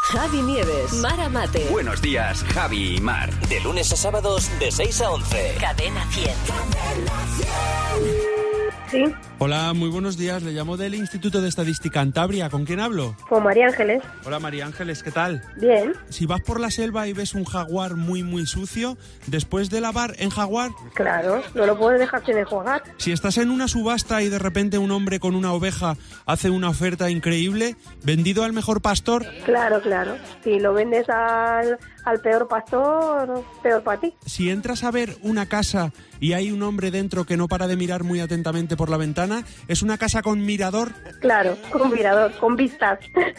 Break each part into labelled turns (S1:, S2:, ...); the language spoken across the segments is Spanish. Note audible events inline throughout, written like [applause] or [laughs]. S1: Javi Nieves, Mara Mate,
S2: Buenos días, Javi y Mar.
S3: De lunes a sábados de 6 a 11.
S1: Cadena 100.
S4: Sí,
S5: Hola, muy buenos días. Le llamo del Instituto de Estadística Cantabria. ¿Con quién hablo?
S4: con María Ángeles.
S5: Hola, María Ángeles, ¿qué tal?
S4: Bien.
S5: Si vas por la selva y ves un jaguar muy, muy sucio, después de lavar en jaguar,
S4: Claro, no lo puedes dejar sin enjuagar.
S5: si estás en una subasta y de repente un hombre con una oveja hace una oferta increíble, vendido al mejor pastor,
S4: Claro, claro. Si lo vendes al, al peor pastor, peor para ti.
S5: si entras a ver una casa y hay un hombre dentro que no para de mirar muy atentamente por la ventana, es una casa con mirador,
S4: Claro, con mirador, con vistas. [laughs]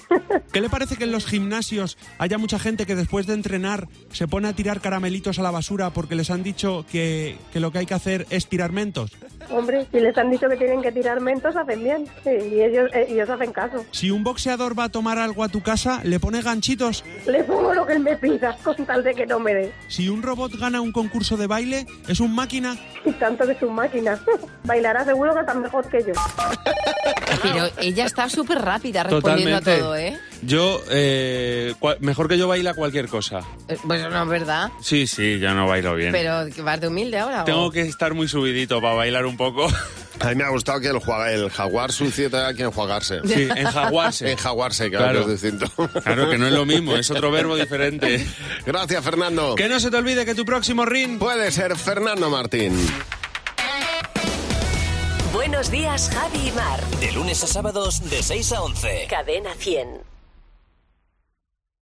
S5: ¿Qué le parece que en los gimnasios haya mucha gente que después de entrenar se pone a tirar caramelitos a la basura porque les han dicho que, que lo que hay que hacer es tirar mentos?
S4: Hombre, si les han dicho que tienen que tirar mentos, hacen bien. Sí, y ellos, eh, ellos hacen caso.
S5: Si un boxeador va a tomar algo a tu casa, le pone ganchitos.
S4: Le pongo lo que él me pida, con tal de que no me dé.
S5: Si un robot gana un concurso de baile, es un máquina.
S4: Y tanto que es un máquina. [laughs] Bailará seguro que tan mejor que yo.
S6: Pero ella está súper rápida respondiendo a todo, ¿eh?
S7: Yo, eh, cua- mejor que yo baila cualquier cosa.
S6: Eh, Bueno, no es verdad.
S7: Sí, sí, yo no bailo bien.
S6: Pero que vas de humilde ahora. ¿o?
S7: Tengo que estar muy subidito para bailar un poco.
S8: A mí me ha gustado que el, jua- el jaguar sucio tenga que enjuagarse.
S7: Sí, enjaguarse.
S8: Enjaguarse, claro,
S7: Claro.
S8: que es distinto.
S7: Claro que no es lo mismo, es otro verbo diferente.
S8: [laughs] Gracias, Fernando.
S5: Que no se te olvide que tu próximo ring
S8: Puede ser Fernando Martín.
S1: Buenos días, Javi y Mar.
S3: De lunes a sábados de 6 a 11.
S1: Cadena 100.